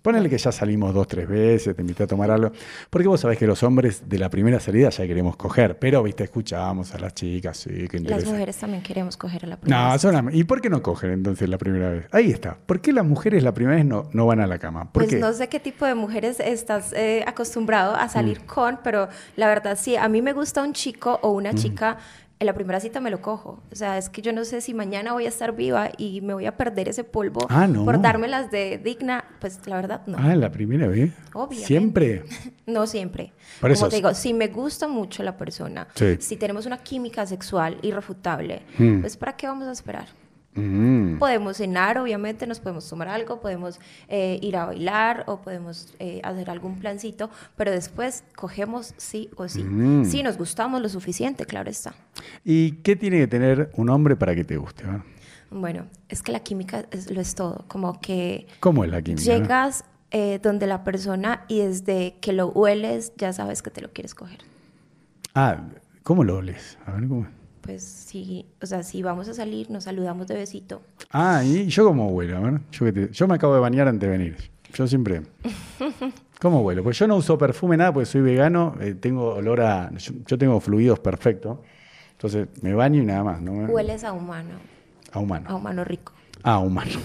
Ponele que ya salimos dos, tres veces, te invité a tomar algo. Porque vos sabés que los hombres de la primera salida ya queremos coger, pero, viste, escuchamos a las chicas, sí, que Las interesa. mujeres también queremos coger a la primera. No, vez. son las- ¿Y por qué no cogen entonces la primera vez? Ahí está. ¿Por qué las mujeres la primera vez no, no van a la cama? ¿Por Pues qué? no sé qué tipo de mujeres estás eh, acostumbrado a Mm. salir con, pero la verdad sí, a mí me gusta un chico o Mm. una chica, en la primera cita me lo cojo. O sea, es que yo no sé si mañana voy a estar viva y me voy a perder ese polvo Ah, no. por dármelas de digna. Pues la verdad no. Ah, la primera vez. Obviamente. Siempre. No siempre. Por eso Como te es- digo, si me gusta mucho la persona, Sí. si tenemos una química sexual irrefutable, Mm. pues ¿para qué vamos a esperar? Mm. Podemos cenar, obviamente, nos podemos tomar algo, podemos eh, ir a bailar o podemos eh, hacer algún plancito, pero después cogemos sí o sí. Mm. Si nos gustamos lo suficiente, claro está. ¿Y qué tiene que tener un hombre para que te guste? va? Bueno, es que la química es- lo es todo, como que ¿Cómo es la química? no? llegas eh, donde la persona y desde que lo hueles ya sabes que te lo quieres coger. Ah, ¿cómo lo oles? A ver cómo. es. Pues sí, o sea, si vamos a salir, nos saludamos de besito. Ah, y yo como vuelo, a ver. Yo, que te- yo me acabo de bañar antes de venir. Yo siempre. ¿Cómo vuelo? Pues yo no uso perfume nada porque soy vegano, eh, tengo olor a. Yo, yo tengo fluidos perfectos. Entonces me baño y nada más. ¿no? Hueles a humano, A humano. a humano rico. Ah, humano.